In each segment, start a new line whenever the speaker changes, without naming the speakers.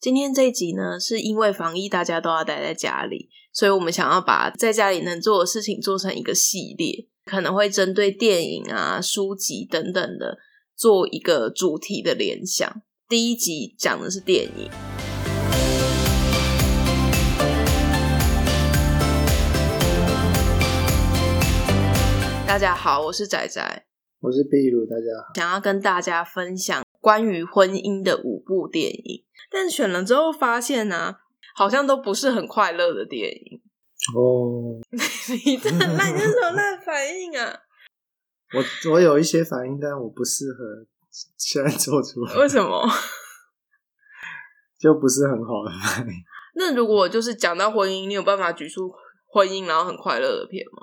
今天这一集呢，是因为防疫大家都要待在家里，所以我们想要把在家里能做的事情做成一个系列，可能会针对电影啊、书籍等等的做一个主题的联想。第一集讲的是电影，大家好，我是仔仔，
我是壁如，大家好。
想要跟大家分享关于婚姻的五部电影，但选了之后发现呢、好像都不是很快乐的电影。
哦，
你这很烂，你这什么烂反应啊？
我我有一些反应，但我不适合现在做出来，
为什么？
就不是很好的反应。
那如果就是讲到婚姻，你有办法举出婚姻然后很快乐的片吗？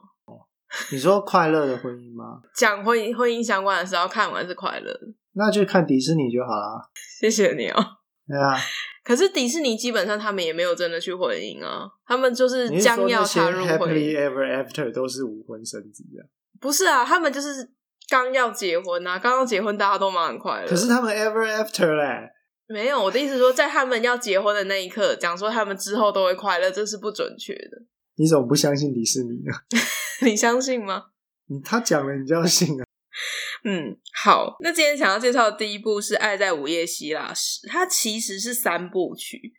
你说快乐的婚姻吗？
讲婚姻婚姻相关的事，要看完是快乐的。
那就看迪士尼就好啦。
谢谢你哦。
对啊，
可是迪士尼基本上他们也没有真的去婚姻啊，他们就是
你是
将
说
要
那些
踏入婚
Happily
姻，
Ever After 都是无婚生子的，
不是啊，他们就是刚要结婚啊，刚要结婚大家都蛮快乐。
可是他们 Ever After 嘞，
没有，我的意思说，在他们要结婚的那一刻，讲说他们之后都会快乐，这是不准确的。
你怎么不相信迪士尼呢？
你相信吗？
你他讲了你就要信啊？
嗯，好，那今天想要介绍的第一部是《爱在午夜希腊时》，它其实是三部曲。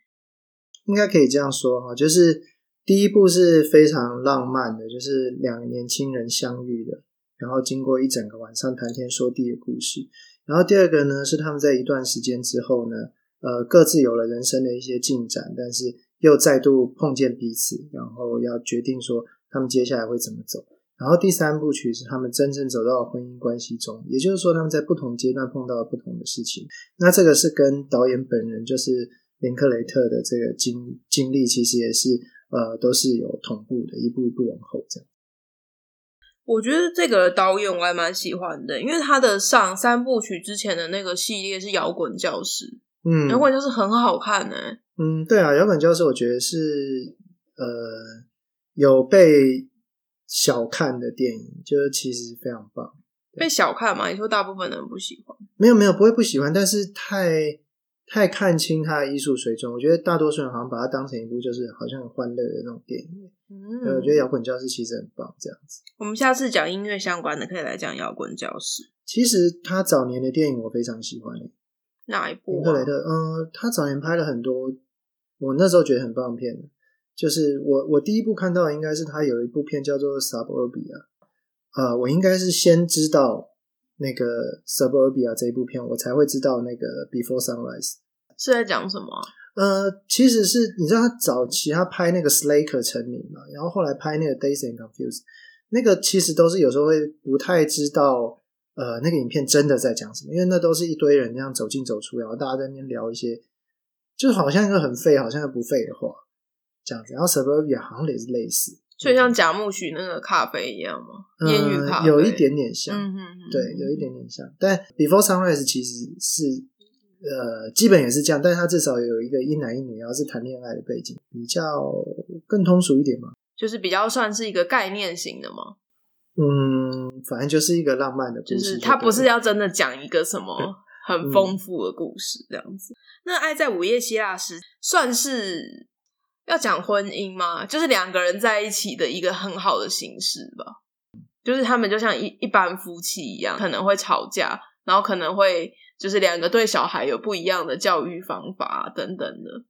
应该可以这样说哈，就是第一部是非常浪漫的，就是两个年轻人相遇的，然后经过一整个晚上谈天说地的故事。然后第二个呢，是他们在一段时间之后呢，呃，各自有了人生的一些进展，但是又再度碰见彼此，然后要决定说他们接下来会怎么走。然后第三部曲是他们真正走到了婚姻关系中，也就是说他们在不同阶段碰到了不同的事情。那这个是跟导演本人就是林克雷特的这个经经历，其实也是呃都是有同步的，一步一步往后这样。
我觉得这个导演我还蛮喜欢的，因为他的上三部曲之前的那个系列是《摇滚教室》，
嗯
摇滚教室》很好看欸呢、
嗯，对啊，摇滚教室我觉得是呃有被小看的电影，就是其实非常棒。
被小看嘛，你说大部分人不喜欢。
没有没有不会不喜欢，但是太太看清它的艺术水准，我觉得大多数人好像把它当成一部就是好像很欢乐的那种电影。
嗯
对，我觉得摇滚教室其实很棒，这样子。
我们下次讲音乐相关的，可以来讲《摇滚教室》
其实他早年的电影我非常喜欢、欸，
哪一部、
林
啊
克？雷特，嗯、他早年拍了很多我那时候觉得很棒的片，就是我我第一部看到的应该是他有一部片叫做《Suburbia》，呃，我应该是先知道那个《Suburbia》这一部片，我才会知道那个《Before Sunrise》。
是在讲什么啊？
呃，其实是你知道他早期他拍那个 Slaker 成名嘛，然后后来拍那个 Days and Confused，那个其实都是有时候会不太知道呃那个影片真的在讲什么，因为那都是一堆人那样走进走出，然后大家在那边聊一些，就是好像一个很废，好像又不废的话这样子。然后 Suburbia 好像也是类似，
就像贾木许那个咖啡一样吗？烟雨咖
嗯呃
啡
有一点点像，
嗯嗯嗯，
对，有一点点像。但 Before Sunrise 其实是呃，基本也是这样，但是它至少有一个一男一女，然后是谈恋爱的背景，比较更通俗一点嘛。
就是比较算是一个概念型的嘛，
嗯，反正就是一个浪漫的故
就
事，
是它不是
要
要真的讲一个什么
嗯
很丰富的故事这样子。那《爱在午夜希腊时》算是要讲婚姻吗？就是两个人在一起的一个很好的形式吧。就是他们就像一一般夫妻一样，可能会吵架，然后可能会就是两个对小孩有不一样的教育方法啊等等的。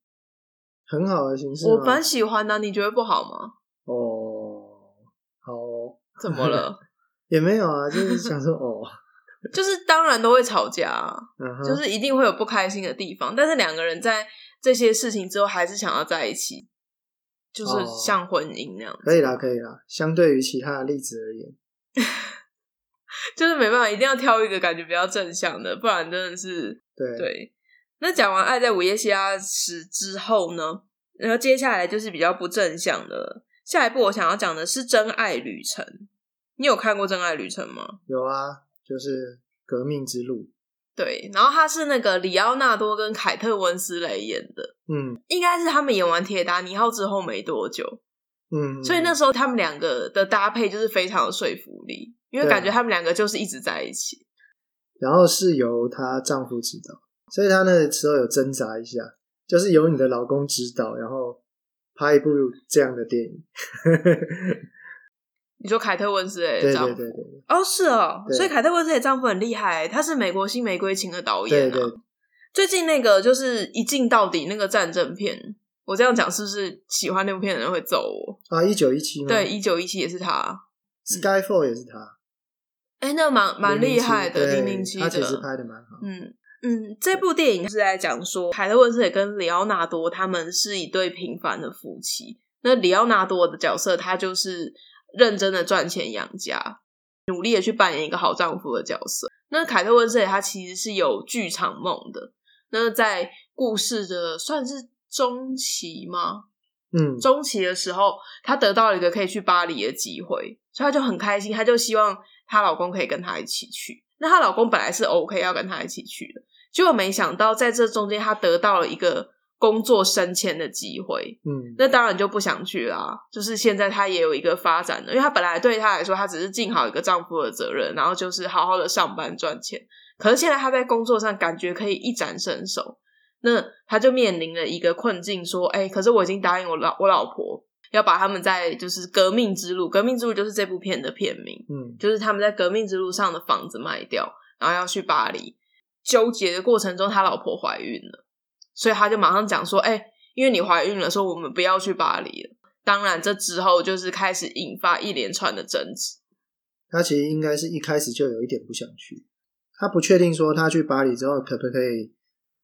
很好的形式吗。
我蛮喜欢的、你觉得不好 吗？
哦，好哦
怎么了？
也没有啊，就是想说哦，
就是当然都会吵架、啊，
嗯哼，
就是一定会有不开心的地方，但是两个人在这些事情之后还是想要在一起，就是
哦
像婚姻那样子，
可以啦，可以啦。相对于其他的例子而言，
就是没办法，一定要挑一个感觉比较正向的，不然真的是
对
对。那讲完《爱在午夜希腊时》之后呢，然后接下来就是比较不正向的了。下一步我想要讲的是《真爱旅程》，你有看过《真爱旅程》吗？
有啊，就是革命之路。
对，然后它是那个里奥纳多跟凯特温斯雷演的，
嗯
应该是他们演完《铁达尼号》之后没多久，
嗯，
所以那时候他们两个的搭配就是非常有说服力，因为
对啊
感觉他们两个就是一直在一起。
然后是由她丈夫指导，所以她那时候有挣扎一下，就是由你的老公指导，然后拍一部这样的电影。
你说凯特温斯莱
对
的丈
对
夫
对对
哦，是哦，
对
所以凯特温斯莱丈夫很厉害，他是美国《新玫瑰情》的导演啊。
对对，
最近那个就是一镜到底那个战争片，我这样讲是不是喜欢那部片的人会揍我？
啊，一九一七吗？
对，一九一七也是他，
，Skyfall 也是他，
哎，那蛮蛮厉害的，
007
零零七
对他其实
的，
拍的蛮好。
嗯。嗯，这部电影是在讲说，凯特温斯莱跟里奥纳多他们是一对平凡的夫妻。那里奥纳多的角色，他就是认真的赚钱养家，努力的去扮演一个好丈夫的角色。那凯特温斯莱她其实是有剧场梦的。那在故事的算是中期吗？
嗯，
中期的时候，她得到了一个可以去巴黎的机会，所以她就很开心，她就希望她老公可以跟她一起去。那她老公本来是 OK 要跟她一起去的，结果没想到在这中间，她得到了一个工作升迁的机会。
嗯，
那当然就不想去啦、就是现在她也有一个发展的，因为她本来对她来说，她只是尽好一个丈夫的责任，然后就是好好的上班赚钱。可是现在她在工作上感觉可以一展身手，那他就面临了一个困境，说：“哎、可是我已经答应我老我老婆，要把他们在就是革命之路，革命之路就是这部片的片名，
嗯，
就是他们在革命之路上的房子卖掉，然后要去巴黎。纠结的过程中，他老婆怀孕了，所以他就马上讲说：‘哎、因为你怀孕了，所以我们不要去巴黎了。’当然，这之后就是开始引发一连串的争执。
他其实应该是一开始就有一点不想去，他不确定说他去巴黎之后可不可以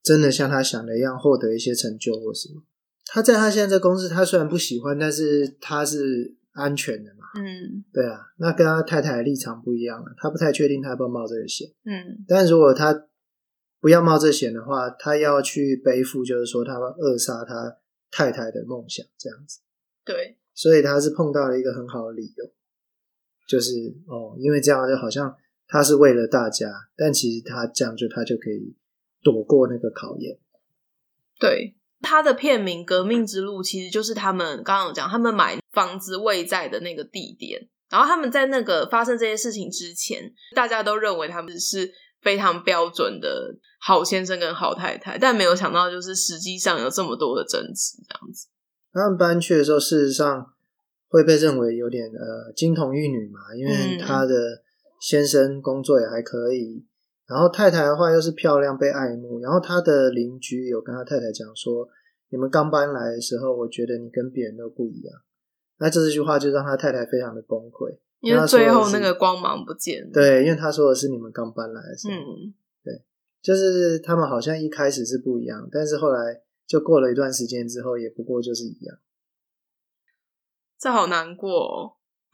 真的像他想的一样获得一些成就或什么。他在他现在这公司，他虽然不喜欢，但是他是安全的嘛，
嗯
对啊。那跟他太太的立场不一样了，他不太确定他要不要冒这个险。
嗯
但如果他不要冒这险的话，他要去背负，就是说他会扼杀他太太的梦想这样子。
对，
所以他是碰到了一个很好的理由，就是哦，因为这样就好像他是为了大家，但其实他这样就他就可以躲过那个考验。
对，它的片名《革命之路》其实就是他们刚刚有讲，他们买房子位在的那个地点。然后他们在那个发生这些事情之前，大家都认为他们是非常标准的好先生跟好太太，但没有想到就是实际上有这么多的争执，啊这样子。
他们搬去的时候，事实上会被认为有点呃金童玉女嘛，因为
嗯
他的先生工作也还可以，然后太太的话又是漂亮被爱慕，然后他的邻居有跟他太太讲说，你们刚搬来的时候，我觉得你跟别人都不一样。那这句话就让他太太非常的崩溃，
因为最后那个光芒不见了。，
对，因为他说的是你们刚搬来的时候，
嗯，
就是他们好像一开始是不一样，但是后来就过了一段时间之后，也不过就是一样。
这好难过、哦。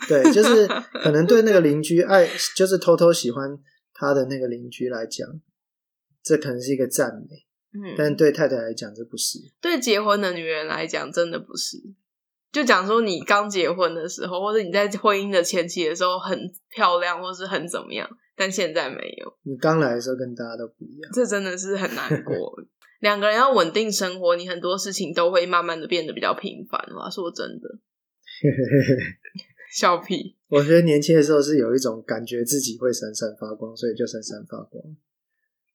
对，就是可能对那个邻居爱，就是偷偷喜欢他的那个邻居来讲，这可能是一个赞美，
嗯，
但对太太来讲这不是。
对结婚的女人来讲，真的不是。就讲说你刚结婚的时候，或者你在婚姻的前期的时候很漂亮，或是很怎么样，但现在没有，
你刚来的时候跟大家都不一样，
这真的是很难过。两个人要稳定生活，你很多事情都会慢慢的变得比较平凡了。说真的，笑屁。
我觉得年轻的时候是有一种感觉自己会闪闪发光，所以就闪闪发光。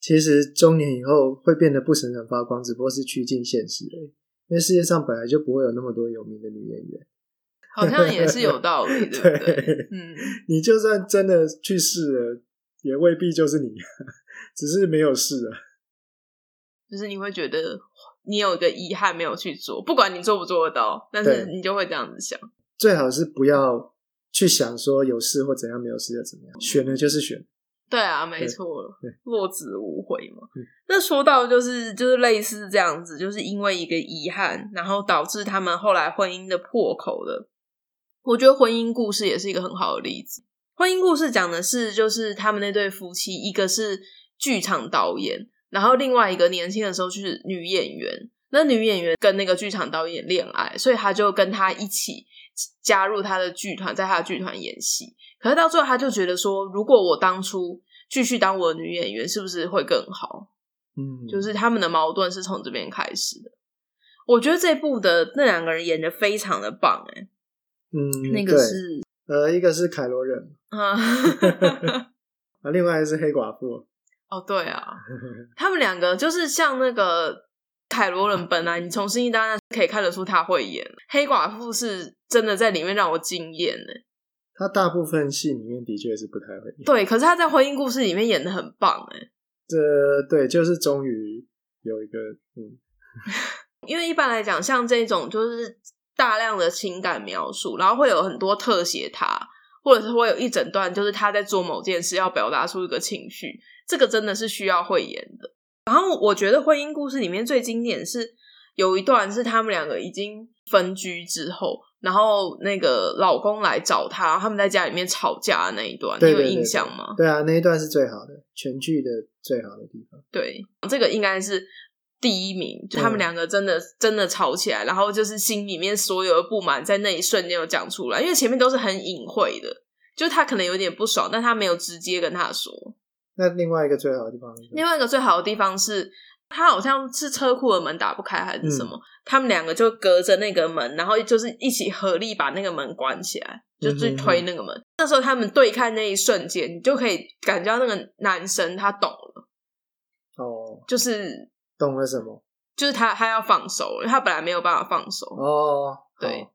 其实中年以后会变得不闪闪发光，只不过是趋近现实而已。因为世界上本来就不会有那么多有名的女演员，
好像也是有道理，对不对？
对
嗯，
你就算真的去试了，也未必就是你，啊只是没有试啊了。
就是你会觉得你有一个遗憾没有去做，不管你做不做得到，但是
对
你就会这样子想。
最好是不要去想说有事或怎样没有事又怎么样，选了就是选。
对啊，没
对
错
对，
落子无悔嘛
嗯。
那说到就是就是类似这样子，就是因为一个遗憾，然后导致他们后来婚姻的破口了。我觉得婚姻故事也是一个很好的例子。婚姻故事讲的是，就是他们那对夫妻，一个是剧场导演，然后另外一个年轻的时候是女演员。那女演员跟那个剧场导演恋爱，所以他就跟他一起加入他的剧团，在他的剧团演戏。可是到最后，他就觉得说，如果我当初继续当我的女演员，是不是会更好？
嗯，
就是他们的矛盾是从这边开始的。我觉得这部的那两个人演的非常的棒、欸，哎、
嗯，
那个
对
是
呃，一个是凯罗人，
啊，
啊，另外一个是黑寡妇。
哦，对啊，他们两个就是像那个。凯罗人本来你从新一当然可以看得出他会演，黑寡妇是真的在里面让我惊艳欸呢。
他大部分戏里面的确是不太会演。
对，可是他在婚姻故事里面演的很棒哎，
这对，就是终于有一个嗯，
因为一般来讲，像这种就是大量的情感描述，然后会有很多特写他，或者是会有一整段就是他在做某件事，要表达出一个情绪，这个真的是需要会演的。然后我觉得婚姻故事里面最经典是有一段是他们两个已经分居之后，然后那个老公来找她，他们在家里面吵架的那一段，你
对
有
对对
印象吗？
对啊，那一段是最好的，全剧的最好的地方。
对，这个应该是第一名，就他们
嗯
两个真的、真的吵起来，然后就是心里面所有的不满在那一瞬间有讲出来，因为前面都是很隐晦的，就他可能有点不爽，但他没有直接跟他说。
那另外一个最好的地方是什么，
另外一个最好的地方是，他好像是车库的门打不开还是
嗯
什么，他们两个就隔着那个门，然后就是一起合力把那个门关起来，就去
嗯哼哼
推那个门。那时候他们对看那一瞬间，你就可以感觉到那个男生他懂了，
哦，
就是
懂了什么？
就是他他要放手了，他本来没有办法放手。
哦，
对
好嗯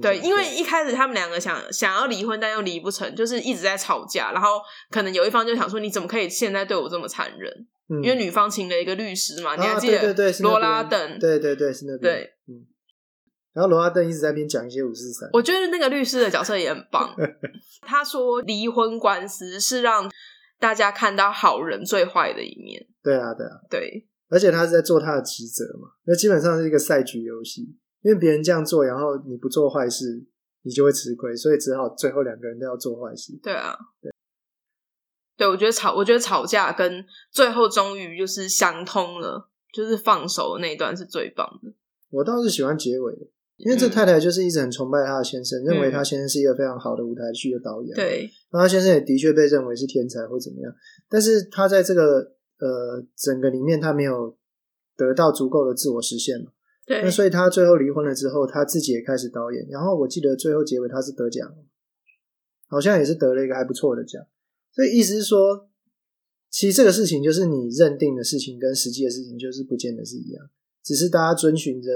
对，因为一开始他们两个想想要离婚，但又离不成，就是一直在吵架。然后可能有一方就想说：“你怎么可以现在对我这么残忍？”
嗯
因为女方请了一个律师嘛，你还
啊
记
对对
得
对是那
罗
边
拉等？
对对对是那边
对，
嗯。然后罗拉登一直在那边讲一些五四三，
我觉得那个律师的角色也很 棒。他说，离婚官司是让大家看到好人最坏的一面。
对啊对啊，
对，
而且他是在做他的职责嘛，那基本上是一个赛局游戏，因为别人这样做，然后你不做坏事，你就会吃亏，所以只好最后两个人都要做坏事。
对啊，对，我觉得吵，我觉得吵架跟最后终于就是想通了，就是放手的那一段是最棒的。
我倒是喜欢结尾的，因为这
嗯
太太就是一直很崇拜她的先生，认为她先生是一个非常好的舞台剧的导演。
对，
那他先生也的确被认为是天才或怎么样，但是他在这个呃整个里面，他没有得到足够的自我实现嘛。
对
那所以他最后离婚了之后，他自己也开始导演，然后我记得最后结尾他是得奖了，好像也是得了一个还不错的奖。所以意思是说，其实这个事情就是你认定的事情跟实际的事情就是不见得是一样，只是大家遵循着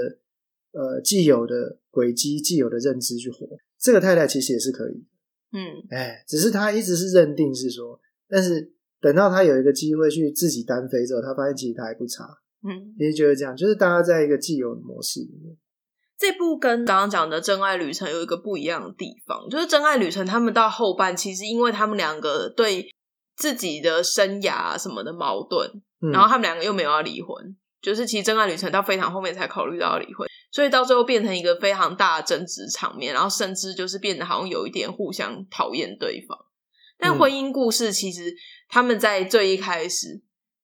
呃既有的轨迹、既有的认知去活。这个太太其实也是可以的
嗯，
哎，只是他一直是认定是说，但是等到他有一个机会去自己单飞之后，他发现其实他还不差。
嗯，
其实就是这样，就是大家在一个既有的模式里面，
这部跟刚刚讲的《真爱旅程》有一个不一样的地方，就是《真爱旅程》他们到后半，其实因为他们两个对自己的生涯啊什么的矛盾，
嗯、
然后他们两个又没有要离婚，就是其实《真爱旅程》到非常后面才考虑到要离婚，所以到最后变成一个非常大的争执场面，然后甚至就是变得好像有一点互相讨厌对方。但
嗯
婚姻故事其实他们在最一开始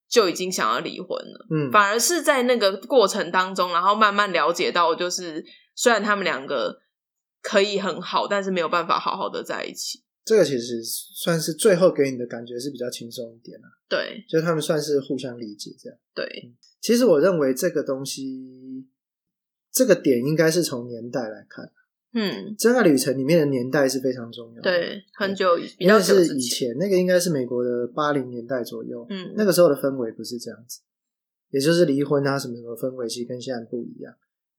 就已经想要离婚了。
嗯，
反而是在那个过程当中，然后慢慢了解到，就是虽然他们两个可以很好，但是没有办法好好的在一起。
这个其实算是最后给你的感觉是比较轻松一点啊，
对
就是他们算是互相理解这样。
对，
其实我认为这个东西，这个点应该是从年代来看，《
嗯，
真爱旅程》里面的年代是非常重要的。，
对，很久以比
因
较
为
久
是
之
以
前，
前那个应该是美国的八零年代左右，
嗯，
那个时候的氛围不是这样子，也就是离婚啊什么什么氛围，其实跟现在不一样。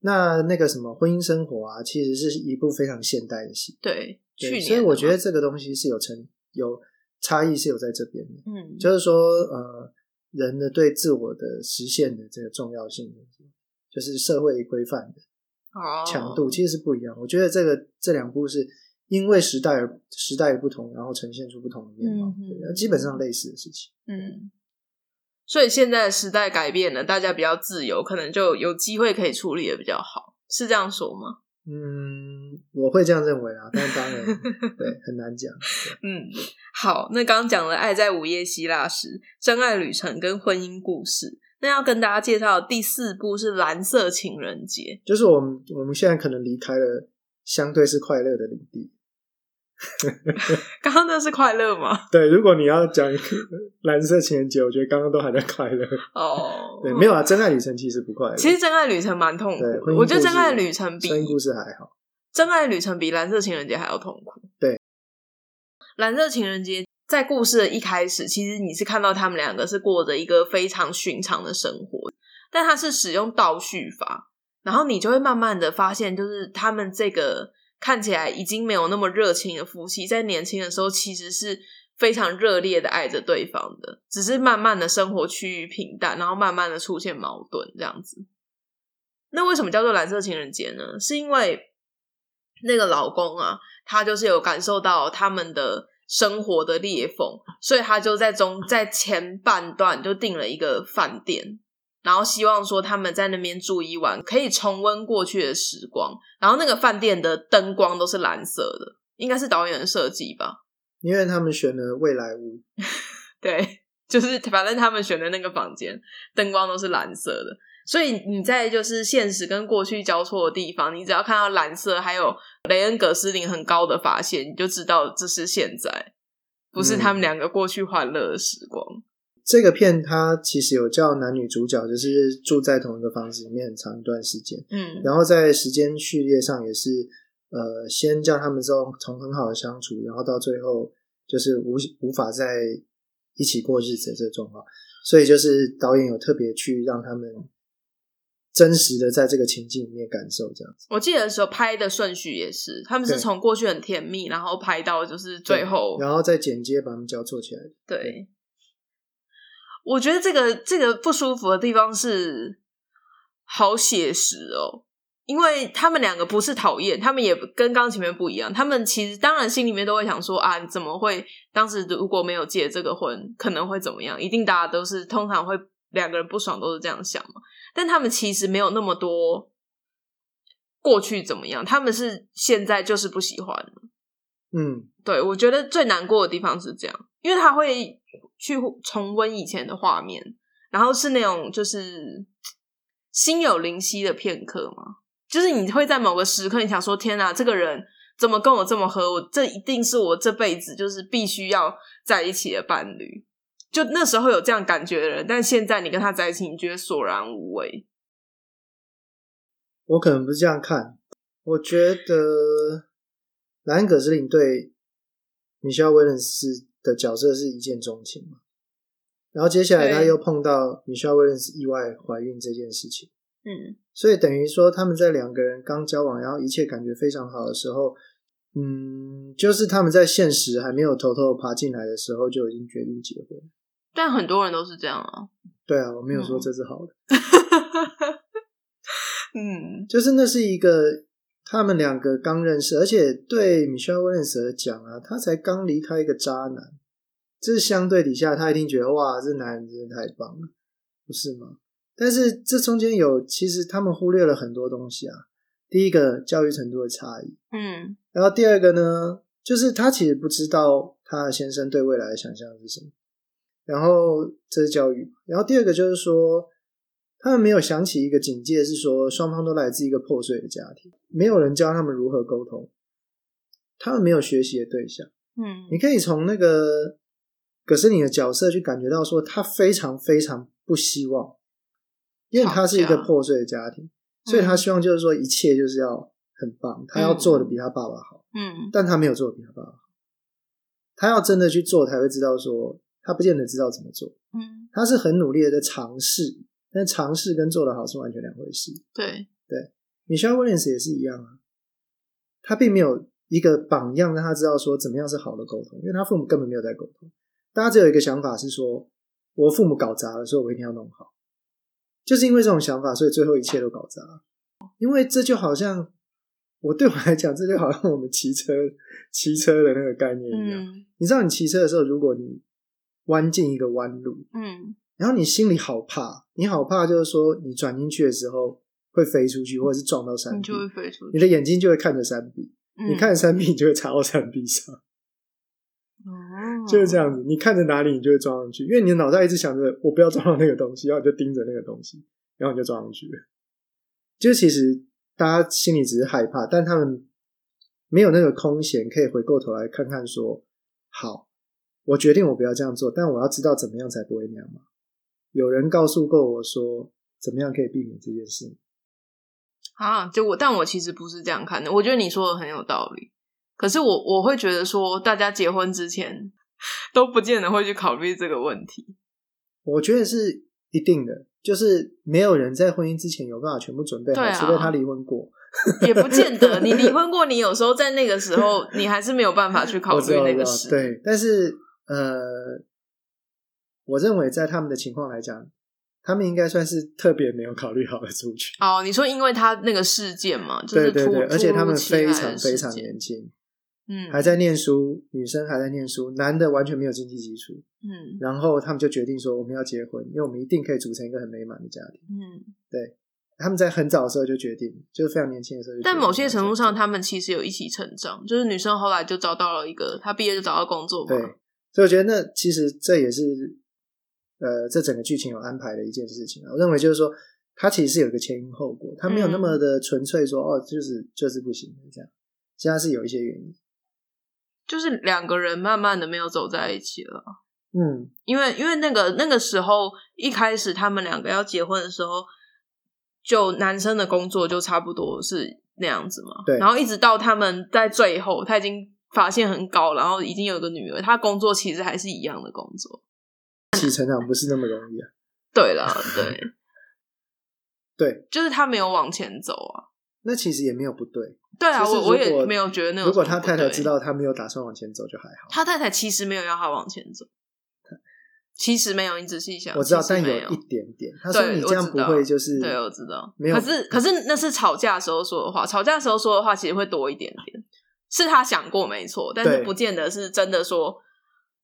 那那个什么婚姻生活啊，其实是一部非常现代的戏，
对，去
对
年的嘛，
所以我觉得这个东西是有成有差异是有在这边的，
嗯，
就是说呃，人的对自我的实现的这个重要性，就是社会规范的
哦
强度其实是不一样。我觉得这个这两部是因为时代而时代不同，然后呈现出不同的面貌，
嗯嗯
对基本上类似的事情。
嗯。所以现在时代改变了，大家比较自由，可能就有机会可以处理的比较好，是这样说吗？
嗯，我会这样认为啦，啊但当然 对很难讲。
嗯，好，那刚刚讲了《爱在午夜希腊时》《真爱旅程》跟婚姻故事，那要跟大家介绍的第四部是《蓝色情人节》。
就是我们我们现在可能离开了相对是快乐的领地。
刚刚那是快乐吗？
对，如果你要讲 蓝色情人节，我觉得刚刚都还在快乐。
哦，
对，没有。啊，真爱旅程其实不快乐。
其实《真爱旅程》蛮痛苦
对
的，
婚姻
我觉得《
故
真
事
爱旅程》比
婚姻故事还好。
真爱旅程比蓝色情人节还要痛苦。
对，
蓝色情人节在故事的一开始，其实你是看到他们两个是过着一个非常寻常的生活，但它是使用倒叙法，然后你就会慢慢的发现，就是他们这个看起来已经没有那么热情的夫妻，在年轻的时候其实是非常热烈的爱着对方的，只是慢慢的生活趋于平淡，然后慢慢的出现矛盾这样子。那为什么叫做蓝色情人节呢？是因为那个老公啊，他就是有感受到他们的生活的裂缝，所以他就在中在前半段就订了一个饭店，然后希望说他们在那边住一晚，可以重温过去的时光。然后那个饭店的灯光都是蓝色的，应该是导演的设计吧？
因为他们选了未来屋，
对， 就是反正他们选的那个房间灯光都是蓝色的，所以你在就是现实跟过去交错的地方，你只要看到蓝色，还有雷恩·葛斯林很高的发现，你就知道这是现在，不是他们两个过去欢乐的时光。
这个片它其实有叫男女主角就是住在同一个房子里面很长一段时间，
嗯
然后在时间序列上也是，呃，先叫他们之后从很好的相处，然后到最后就是无无法在一起过日子的这种况，所以就是导演有特别去让他们真实的在这个情境里面感受这样子。
我记得的时候拍的顺序也是，他们是
对
从过去很甜蜜，然后拍到就是最后
然后再剪接把他们交错起来。
对，我觉得这个这个不舒服的地方是好写实哦，因为他们两个不是讨厌，他们也跟刚前面不一样，他们其实当然心里面都会想说啊，你怎么会当时如果没有结这个婚，可能会怎么样？一定大家都是通常会两个人不爽都是这样想嘛，但他们其实没有那么多。过去怎么样？他们是现在就是不喜欢，
嗯，
对，我觉得最难过的地方是这样，因为他会去重温以前的画面，然后是那种就是心有灵犀的片刻嘛，就是你会在某个时刻，你想说：天哪，这个人怎么跟我这么合？我这一定是我这辈子就是必须要在一起的伴侣。就那时候有这样感觉的人，但现在你跟他在一起，你觉得索然无味。
我可能不是这样看，我觉得莱恩·葛斯林对米歇尔·威廉斯的角色是一见钟情嘛，然后接下来他
对
又碰到米歇尔·威廉斯意外怀孕这件事情，
嗯，
所以等于说他们在两个人刚交往，然后一切感觉非常好的时候，嗯，就是他们在现实还没有偷偷爬进来的时候就已经决定结婚。
但很多人都是这样啊。
对啊，我没有说
嗯
这是好的。
嗯，
就是那是一个他们两个刚认识，而且对 Michelle Williams 来讲啊，他才刚离开一个渣男，这相对底下他一定觉得哇，这男人真的太棒了，不是吗？但是这中间有，其实他们忽略了很多东西啊。第一个，教育程度的差异，
嗯，
然后第二个呢，就是他其实不知道他的先生对未来的想象是什么，然后这是教育，然后第二个就是说，他们没有想起一个警戒，是说双方都来自一个破碎的家庭，没有人教他们如何沟通，他们没有学习的对象。
嗯
你可以从那个葛斯林的角色去感觉到，说他非常非常不希望，因为他是一个
吵架嗯
破碎的家庭，所以他希望就是说一切就是要很棒，他要做的比他爸爸好。
嗯，
但他没有做得比他爸爸好。他要真的去做，才会知道说他不见得知道怎么做。
嗯，
他是很努力的在尝试，但尝试跟做得好是完全两回事。
对，
Michelle Williams 也是一样啊，他并没有一个榜样让他知道说怎么样是好的沟通，因为他父母根本没有在沟通。大家只有一个想法是说，我父母搞砸了，所以我一定要弄好。就是因为这种想法，所以最后一切都搞砸了。因为这就好像我对我来讲，这就好像我们骑车骑车的那个概念一样。
嗯
你知道，你骑车的时候，如果你弯进一个弯路，
嗯。
然后你心里好怕，你好怕就是说你转进去的时候会飞出去，或者是撞到山
你
壁
就，会飞出
你
去。
的眼睛就会看着山壁，嗯你
嗯
看着山壁，你就会插到山壁上，
哦，
就是这样子。你看着哪里，你就会撞上去，因为你的脑袋一直想着我不要撞到那个东西，然后你就盯着那个东西，然后你就撞上去了。就其实大家心里只是害怕，但他们没有那个空闲，可以回过头来看看说，好，我决定我不要这样做，但我要知道怎么样才不会那样嘛。有人告诉过我说，怎么样可以避免这件事。
啊！就我，但我其实不是这样看的。我觉得你说的很有道理，可是我我会觉得说，大家结婚之前都不见得会去考虑这个问题。
我觉得是一定的，就是没有人在婚姻之前有办法全部准备好，
对啊
除非他离婚过。
也不见得。你离婚过，你有时候在那个时候，你还是没有办法去考
我知
虑
道
那
我
个
知
事。
道对，但是呃，我认为在他们的情况来讲，他们应该算是特别没有考虑好的族群。
哦，你说因为他那个事件嘛，就是
对对
突
对，而且他们
突如其来
非
的
常
事
非常
件
年轻，
嗯
还在念书，女生还在念书，男的完全没有经济基础。
嗯
然后他们就决定说，我们要结婚，因为我们一定可以组成一个很美满的家庭。
嗯。
他们在很早的时候就决定，就是非常年轻的时候就决定
但
要
某些程度上，
这样
他们其实有一起成长。就是女生后来就找到了一个，她毕业就找到工作嘛。
对，所以我觉得那其实这也是呃，这整个剧情有安排的一件事情啊。我认为就是说，它其实是有一个前因后果，它没有那
嗯
么的纯粹说、哦，就是就是不行这样，其实它是有一些原因。
就是两个人慢慢的没有走在一起了。
嗯，
因为因为那个那个时候一开始他们两个要结婚的时候，就男生的工作就差不多是那样子嘛。
对
然后一直到他们在最后，他已经发现很高，然后已经有一个女儿，他工作其实还是一样的工作。
一起成长不是那么容易啊。
对了，对，
对，
就是他没有往前走啊。
那其实也没有不对。
对啊，
就是
我我
如果
也没有觉得那有
如果
什么
他
不
太太
对
知，道他没有打算往前走，就还好。
他太太其实没有要他往前走，其实没有，你仔细想，
我知道，
其实
但
没
有
有
一点点。他说
对
你
我
这样
知
不
道
会就是
对，我知道，
没有嗯
可是可是那是吵架时候说的话，吵架时候说的话其实会多一点点，是他想过没错，但是
对
不见得是真的说。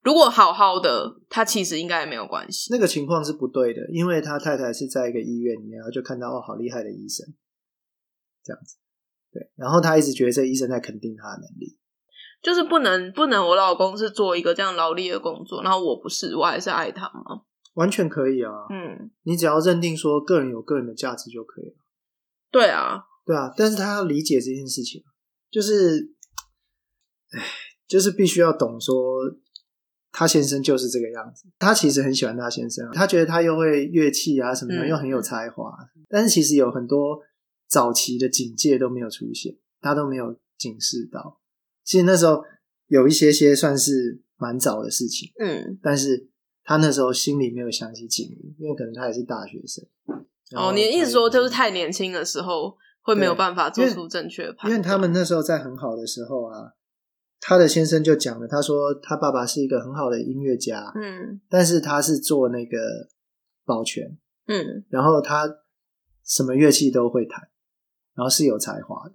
如果好好的，他其实应该也没有关系。
那个情况是不对的，因为他太太是在一个医院里面，然后就看到哦，好厉害的医生，这样子。对，然后他一直觉得这医生在肯定他的能力。
就是不能不能，我老公是做一个这样劳力的工作，然后我不是，我还是爱他嘛。
完全可以啊，
嗯，
你只要认定说个人有个人的价值就可以了，
对啊，
对啊。但是他要理解这件事情，就是，唉，就是必须要懂说，他先生就是这个样子。他其实很喜欢他先生啊，他觉得他又会乐器啊什么的，
嗯
又很有才华，啊但是其实有很多早期的警戒都没有出现，他都没有警示到。其实那时候有一些些算是蛮早的事情。
嗯，
但是他那时候心里没有想起警铃，因为可能他也是大学生。然后
哦，你的意思
他
说就是太年轻的时候会没有
嗯对
办法做
因为
出正确的判
因
断，
为他们那时候在很好的时候啊，他的先生就讲了，他说他爸爸是一个很好的音乐家，
嗯
但是他是做那个保全，
嗯
然后他什么乐器都会弹，然后是有才华的。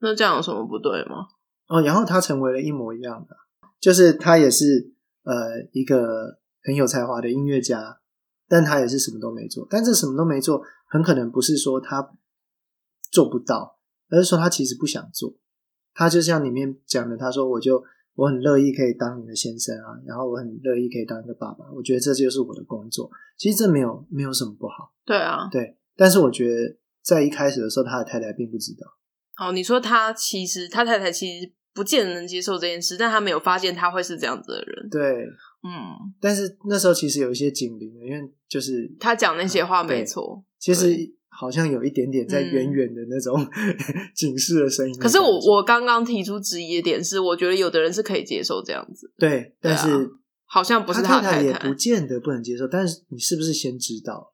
那这样有什么不对吗？
哦，然后他成为了一模一样的，就是他也是呃一个很有才华的音乐家，但他也是什么都没做。但这什么都没做，很可能不是说他做不到，而是说他其实不想做。他就像里面讲的，他说我就我很乐意可以当你的先生啊，然后我很乐意可以当一个爸爸，我觉得这就是我的工作。其实这没有没有什么不好，
对啊，
对。但是我觉得在一开始的时候，他的太太并不知道。
好，你说他其实他太太其实不见得能接受这件事，但他没有发现他会是这样子的人。
对，
嗯，
但是那时候其实有一些警铃的，因为就是
他讲那些话
嗯对
没错，
其实好像有一点点在远远的那种、 警示的声音的
嗯可
感觉。
是我我刚刚提出质疑的点是，我觉得有的人是可以接受这样子，
对，
对
但
啊
是、
好像不是
他
的太
也不见得不能接受，但是你是不是先知道？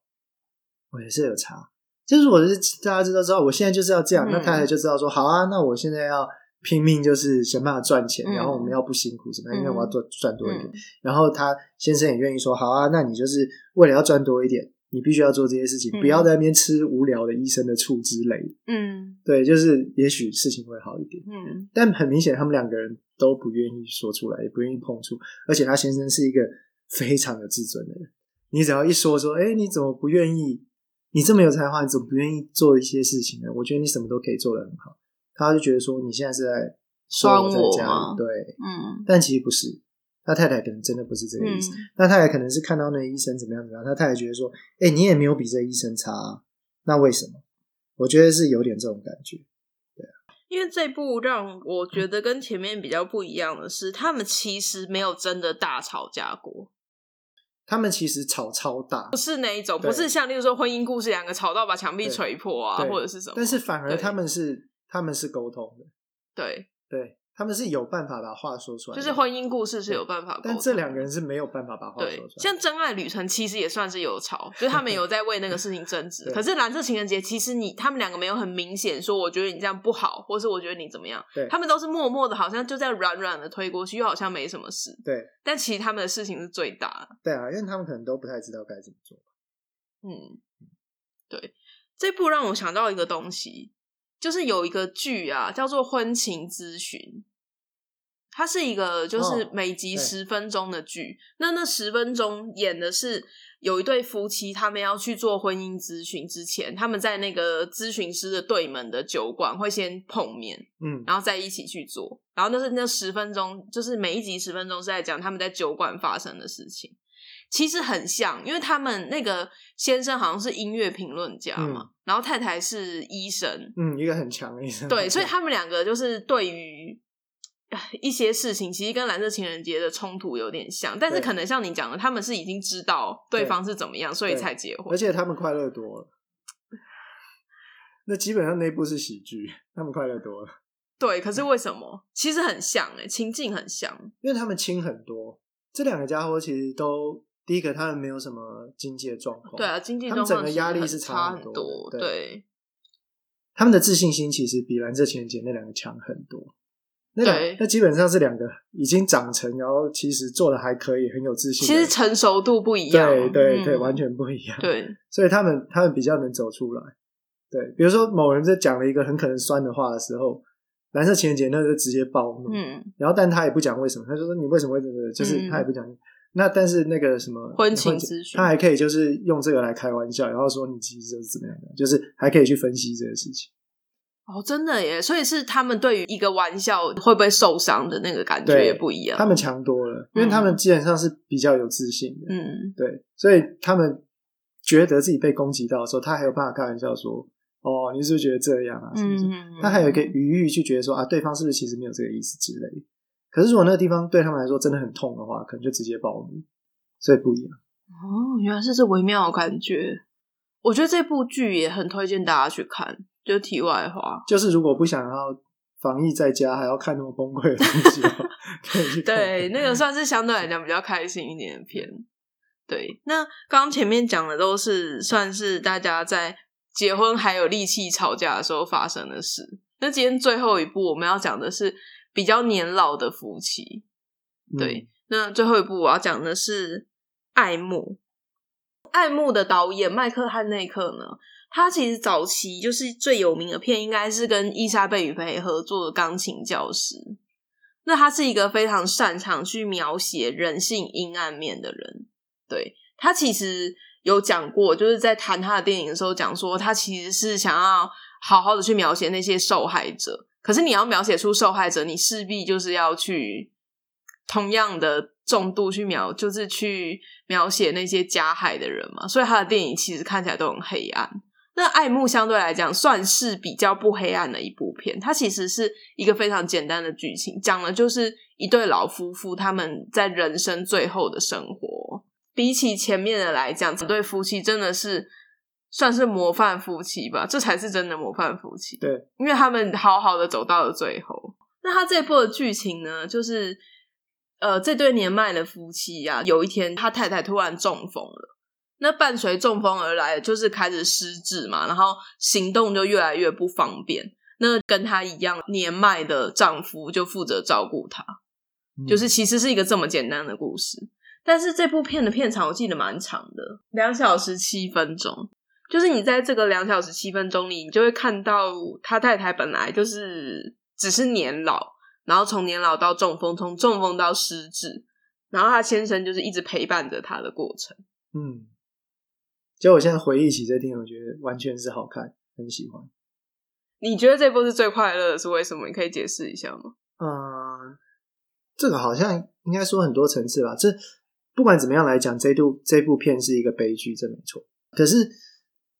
我也是有差，就是我是大家知道知道，我现在就是要这样，
嗯
那太太就知道说好啊，那我现在要拼命就是想办法赚钱，
嗯
然后我们要不辛苦什么，
嗯
因为我要多赚多一点。
嗯
然后他先生也愿意说好啊，那你就是为了要赚多一点，你必须要做这些事情，
嗯
不要在那边吃无聊的医生的醋之类的。
嗯
对，就是也许事情会好一点。
嗯
但很明显，他们两个人都不愿意说出来，也不愿意碰触。而且他先生是一个非常有自尊的人，你只要一说说，哎、你怎么不愿意？你这么有才华，你怎么不愿意做一些事情呢？我觉得你什么都可以做得很好。他就觉得说，你现在是在说在
酸我
家
吗
里，对，
嗯
但其实不是。他太太可能真的不是这个意思，
嗯
那太太可能是看到那个医生怎么样怎么样，他太太觉得说，哎、你也没有比这医生差、啊，那为什么？我觉得是有点这种感觉。
因为这部让我觉得跟前面比较不一样的是，他们其实没有真的大吵架过，
他们其实吵超大
不，是那一种，
对
不是像例如说婚姻故事，两个吵到把墙壁捶破啊，
对
或者是什么，
但是反而
对
他们是他们是沟通的，
对
对他们是有办法把话说出来
就
的，
是婚姻故事是有办法沟通的，
但这两个人是没有办法把话说
对
出来，的。
像《真爱旅程》其实也算是有吵，就是他们有在为那个事情争执。
对
可是《蓝色情人节》其实你他们两个没有很明显说，我觉得你这样不好，或是我觉得你怎么样
对，
他们都是默默的，好像就在软软的推过去，又好像没什么事。
对
但其实他们的事情是最大的。
对啊，因为他们可能都不太知道该怎么做。
嗯，对，这部让我想到一个东西，就是有一个剧啊，叫做《婚情咨询》，它是一个就是
哦
每集
对
十分钟的剧。那那十分钟演的是有一对夫妻，他们要去做婚姻咨询之前，他们在那个咨询师的对门的酒馆会先碰面，
嗯，
然后再一起去做。然后那是那十分钟，就是每一集十分钟是在讲他们在酒馆发生的事情，其实很像，因为他们那个先生好像是音乐评论家嘛，然后太太是医生，
嗯，一个很强的医生。
对，所以他们两个就是对于。唉一些事情其实跟蓝色情人节的冲突有点像，但是
对
可能像你讲的，他们是已经知道对方是怎么样，所以
对
才结婚
而。且他们快乐多了。 那基本上那部是喜剧，他们快乐多了，
对，可是
嗯
为什么？其实很像诶、情境很像。
因为他们亲很多。这两个家伙其实都，第一个他们没有什么经济的状况，
对啊，经济
哦他
状
们
况
整个压力
很
是
差
差很
很
多的对
对，
他们的自信心其实比蓝色情人节那两个强很多。那
对
两那基本上是两个已经长成，然后其实做的还可以，很有自信
其
的人。
实成熟度不一样，
对对
嗯
对，完全不一样。
对
所以他们他们比较能走出来。对，比如说某人在讲了一个很可能酸的话的时候，蓝色情人节那就直接暴怒，
嗯，
然后但他也不讲为什么，他就说你为什么会这个，就是他也不讲。那但是那个什么
婚情咨询
他还可以就是用这个来开玩笑，然后说你其实就是怎么样的，就是还可以去分析这个事情。
哦，真的耶，所以是他们对于一个玩笑会不会受伤的那个感觉
对
也不一样，
他们强多了，因为他们基本上是比较有自信的，
嗯，
对，所以他们觉得自己被攻击到的时候，他还有办法开玩笑说：“哦，你是不是觉得这样啊？”什么什么
嗯，
他还有一个余欲去觉得说啊，对方是不是其实没有这个意思之类的。可是如果那个地方对他们来说真的很痛的话，可能就直接暴怒，所以不一样。
哦，原来是这微妙的感觉。我觉得这部剧也很推荐大家去看，就题外话，
就是如果不想要防疫在家，还要看那么崩溃的东西的话， 可以去看。
对，那个算是相对来讲比较开心一点的片。对，那刚刚前面讲的都是算是大家在结婚还有力气吵架的时候发生的事。那今天最后一部我们要讲的是比较年老的夫妻。
嗯
对，那最后一部我要讲的是《爱慕》。《爱慕》的导演麦克汉内克呢，他其实早期就是最有名的片，应该是跟伊莎贝·雨培合作的《钢琴教师》。那他是一个非常擅长去描写人性阴暗面的人。对他其实有讲过，就是在谈他的电影的时候讲说，他其实是想要好好的去描写那些受害者。可是你要描写出受害者，你势必就是要去同样的重度去描，就是去描写那些加害的人嘛。所以他的电影其实看起来都很黑暗。那《爱慕》相对来讲算是比较不黑暗的一部片，它其实是一个非常简单的剧情，讲的就是一对老夫妇他们在人生最后的生活。比起前面的来讲，这对夫妻真的是算是模范夫妻吧，这才是真的模范夫妻。
对，
因为他们好好的走到了最后。那他这部的剧情呢，就是呃，这对年迈的夫妻啊，有一天他太太突然中风了。那伴随中风而来，就是开始失智嘛，然后行动就越来越不方便。那跟她一样年迈的丈夫就负责照顾她，
嗯
就是其实是一个这么简单的故事。但是这部片的片长我记得蛮长的，两小时七分钟。就是你在这个两小时七分钟里，你就会看到他太太本来就是只是年老，然后从年老到中风，从中风到失智，然后他先生就是一直陪伴着他的过程。
嗯。结果我现在回忆起这电影，我觉得完全是好看，很喜欢。
你觉得这部是最快乐的是为什么？你可以解释一下吗？
嗯，这个好像应该说很多层次吧。这不管怎么样来讲，这部这部片是一个悲剧，这没错。可是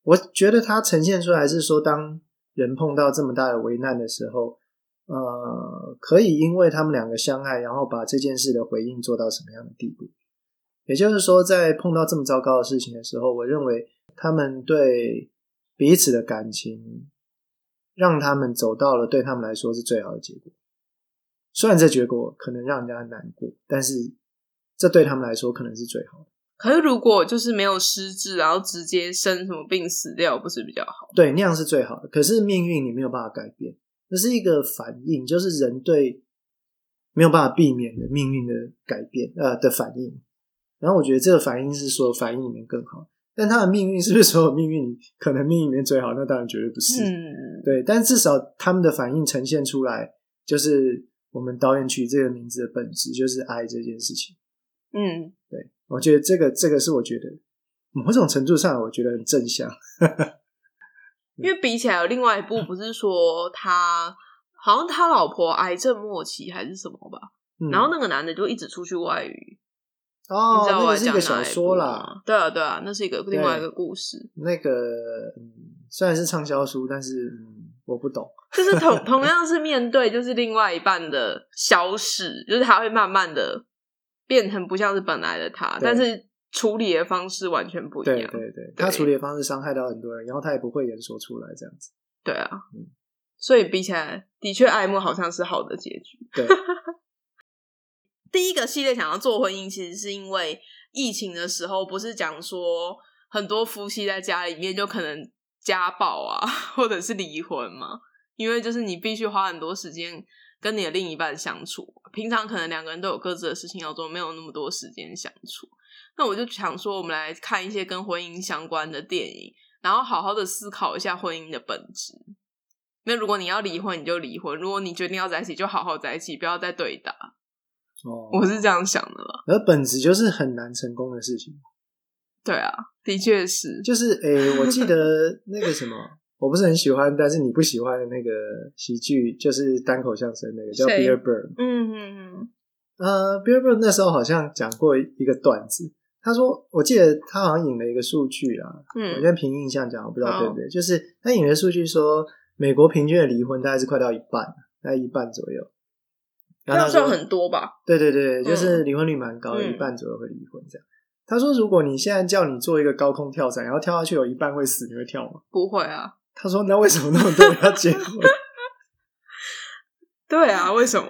我觉得它呈现出来是说，当人碰到这么大的危难的时候，呃，可以因为他们两个相爱，然后把这件事的回应做到什么样的地步？也就是说，在碰到这么糟糕的事情的时候，我认为他们对彼此的感情，让他们走到了对他们来说是最好的结果。虽然这结果可能让人家很难过，但是这对他们来说可能是最好的。
可是如果就是没有失智，然后直接生什么病死掉，不是比较好？
对，那样是最好的。可是命运你没有办法改变，那是一个反应，就是人对没有办法避免的命运的改变，呃的反应。然后我觉得这个反应是说反应里面更好，但他的命运是不是所有命运可能命运里面最好？那当然绝对不是。
嗯，
对，但至少他们的反应呈现出来，就是我们导演取这个名字的本质，就是爱这件事情。
嗯，
对我觉得这个这个是我觉得某种程度上我觉得很正向。
因为比起来有另外一部，不是说他好像他老婆癌症末期还是什么吧，
嗯、
然后那个男的就一直出去外语，
哦
你，知道
那
我
个
在
是一
讲
个
哪
小
一
说
部
啦，
吗？对啊，对啊，那是一个另外一个故事。
那个嗯，虽然是畅销书，但是嗯，我不懂。
就是同同样是面对，就是另外一半的消逝，就是他会慢慢的变成不像是本来的他，
对
但是处理的方式完全不一样。
对对对，他处理的方式伤害到很多人，然后他也不会言说出来这样子。
对啊
嗯，
所以比起来，的确爱慕好像是好的结局。
对，
第一个系列想要做婚姻，其实是因为疫情的时候，不是讲说很多夫妻在家里面就可能家暴啊，或者是离婚嘛，因为就是你必须花很多时间跟你的另一半相处，平常可能两个人都有各自的事情要做，没有那么多时间相处。那我就想说，我们来看一些跟婚姻相关的电影，然后好好的思考一下婚姻的本质。那如果你要离婚，你就离婚；如果你决定要在一起，就好好在一起，不要再对打。
哦，
我是这样想的啦。
而本质就是很难成功的事情。
对啊，的确是。
就是诶、我 记得那个什么，我不是很喜欢，但是你不喜欢的那个喜剧，就是单口相声那个叫
谁
Bill Burr。
嗯嗯
呃，Bill Burr 那时候好像讲过一个段子，他说，我记得他好像引了一个数据啊，我现
嗯
在凭印象讲，我不知道对不对，就是他引了数据说，美国平均的离婚大概是快到一半，大概一半左右。然后
那
他说
算很多吧？
对对对，
嗯
就是离婚率蛮高的，
嗯
一半左右会离婚这样。他说，如果你现在叫你做一个高空跳伞，然后跳下去有一半会死，你会跳吗？
不会啊，
他说：“那为什么那么多人要结婚？
对啊，为什么？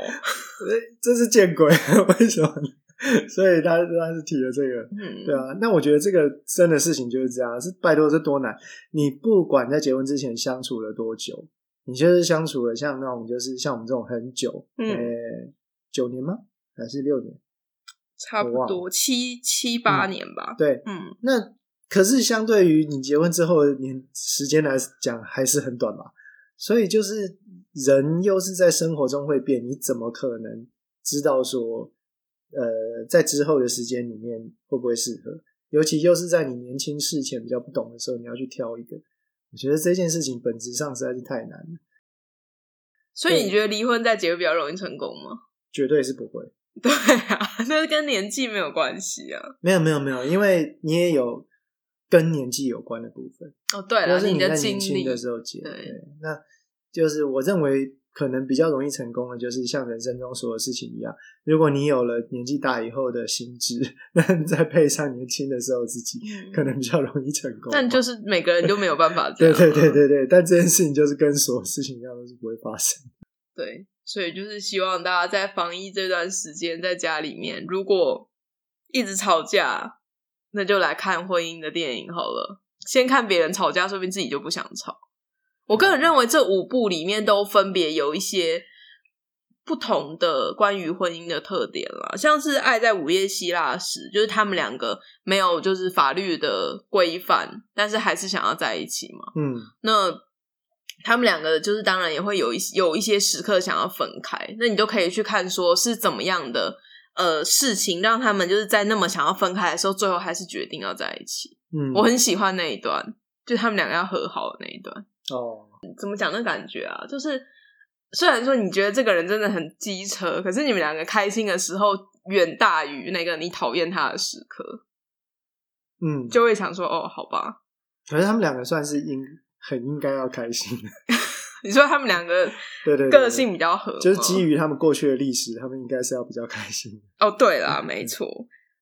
这是见鬼！ 为什么呢？ 所以他他是提了这个，
嗯，
对啊。那我觉得这个真的事情就是这样，是拜托这多难。你不管在结婚之前相处了多久，你就是相处了像那种就是像我们这种很久，
嗯
呃，九年吗？还是六年？
差不多七七八年吧。
对，
嗯，
那可是相对于你结婚之后的年时间来讲，还是很短吧。所以就是人又是在生活中会变，你怎么可能知道说，呃，在之后的时间里面会不会适合？尤其又是在你年轻事前比较不懂的时候，你要去挑一个，我觉得这件事情本质上实在是太难了，
所以你觉得离婚再结婚比较容易成功吗？
绝对是不会。
对啊，那跟年纪没有关系啊。
没有没有没有，因为你也有跟年纪有关的部分。
哦，对
要
了，
是你在
的
年
经
轻
历
的时候结，
对
对，那就是我认为可能比较容易成功的，就是像人生中所有事情一样，如果你有了年纪大以后的心智，那你再配上年轻的时候自己，
嗯
可能比较容易成功。
但就是每个人就没有办 法这
对
样啊。
对对对对，但这件事情就是跟所有事情一样，都是不会发生。
对，所以就是希望大家在防疫这段时间在家里面，如果一直吵架，那就来看婚姻的电影好了。先看别人吵架，说不定自己就不想吵。我个人认为这五部里面都分别有一些不同的关于婚姻的特点啦，像是《爱在午夜希腊时》，就是他们两个没有就是法律的规范，但是还是想要在一起嘛。
嗯，
那他们两个就是当然也会有一些有一些时刻想要分开，那你就可以去看说是怎么样的呃事情让他们就是在那么想要分开的时候，最后还是决定要在一起。
嗯，
我很喜欢那一段，就他们两个要和好的那一段，
哦，
怎么讲那感觉啊？就是虽然说你觉得这个人真的很机车，可是你们两个开心的时候远大于那个你讨厌他的时刻，
嗯，
就会想说哦，好吧。
可是他们两个算是应很应该要开心的，
你说他们两个
对对对对
个性比嗯较合吗，
就是基于他们过去的历史，他们应该是要比较开心的。
哦，对啦，没错。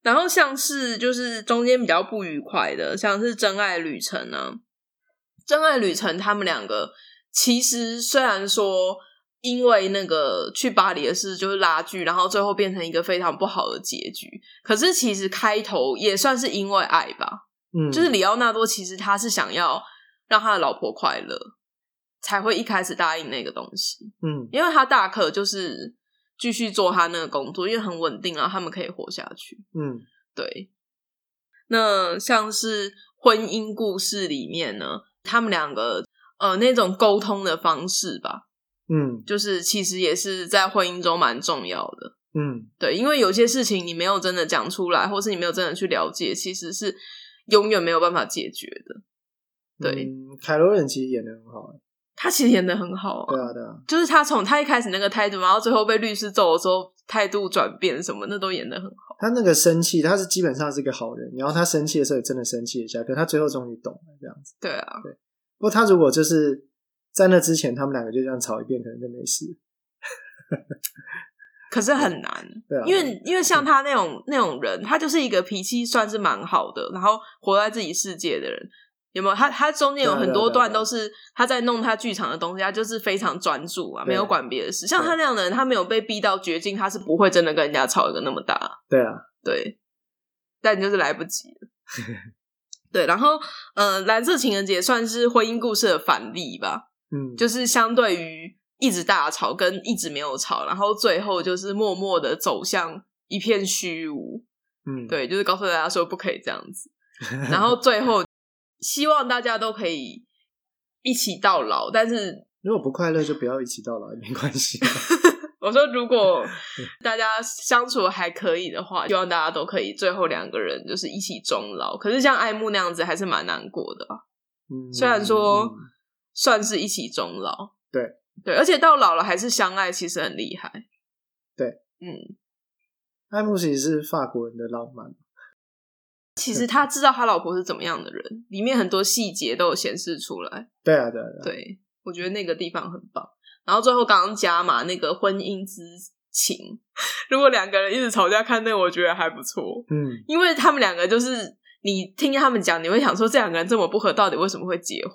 然后像是就是中间比较不愉快的，像是《真爱旅程》啊呢，《真爱旅程》他们两个其实虽然说因为那个去巴黎的事就是拉锯，然后最后变成一个非常不好的结局。可是其实开头也算是因为爱吧，
嗯，
就是里奥纳多其实他是想要让他的老婆快乐，才会一开始答应那个东西，
嗯
因为他大可就是继续做他那个工作，因为很稳定啊，他们可以活下去。
嗯
对，那像是婚姻故事里面呢，他们两个呃那种沟通的方式吧，
嗯
就是其实也是在婚姻中蛮重要的。
嗯
对，因为有些事情你没有真的讲出来，或是你没有真的去了解，其实是永远没有办法解决的。对
嗯，凯罗人其实演的很好，欸
他其实演的很好、啊，
对啊对啊，
就是他从他一开始那个态度，然后最后被律师揍的时候态度转变什么，那都演的很好。
他那个生气，他是基本上是个好人，然后他生气的时候也真的生气一下，可他最后终于懂了这样子。
对啊，
不过他如果就是在那之前，他们两个就这样吵一遍，可能就没事。
可是很难，
对啊，
因为因为像他那种那种人，他就是一个脾气算是蛮好的，然后活在自己世界的人。有没有他？他中间有
对啊
很
对啊
多
对啊
段
对啊
都是他在弄他剧场的东西，他就是非常专注啊，
对
没有管别的事。像
对
他那样的人，他没有被逼到绝境，他是不会真的跟人家吵一个那么大。
对啊，
对，但就是来不及了。 对，然后呃，蓝色情人节算是婚姻故事的反例吧。
嗯，
就是相对于一直大吵跟一直没有吵，然后最后就是默默的走向一片虚无。
嗯，
对，就是告诉大家说不可以这样子。然后最后希望大家都可以一起到老，但是
如果不快乐就不要一起到老，也没关系。啊
我说如果大家相处还可以的话，希望大家都可以最后两个人就是一起终老。可是像爱慕那样子还是蛮难过的啊、
嗯，
虽然说
嗯
算是一起终老，
对
对，而且到老了还是相爱，其实很厉害。
对，
嗯，
爱慕其实是法国人的浪漫，
其实他知道他老婆是怎么样的人，里面很多细节都有显示出来。
对啊，对啊，对啊，
对，我觉得那个地方很棒。然后最后刚刚加码那个婚姻之情， 如果两个人一直吵架看那个，我觉得还不错，
嗯，
因为他们两个就是你听他们讲，你会想说这两个人这么不合，到底为什么会结婚？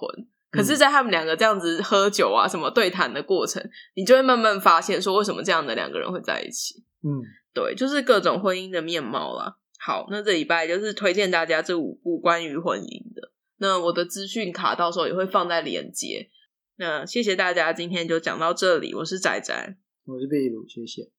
可是，在他们两个这样子喝酒啊、什么对谈的过程，你就会慢慢发现说，为什么这样的两个人会在一起？
嗯，
对，就是各种婚姻的面貌啦。好，那这礼拜就是推荐大家这五部关于婚姻的。那我的资讯卡到时候也会放在链接。那谢谢大家，今天就讲到这里。我是仔仔，
我是秘鲁，谢谢。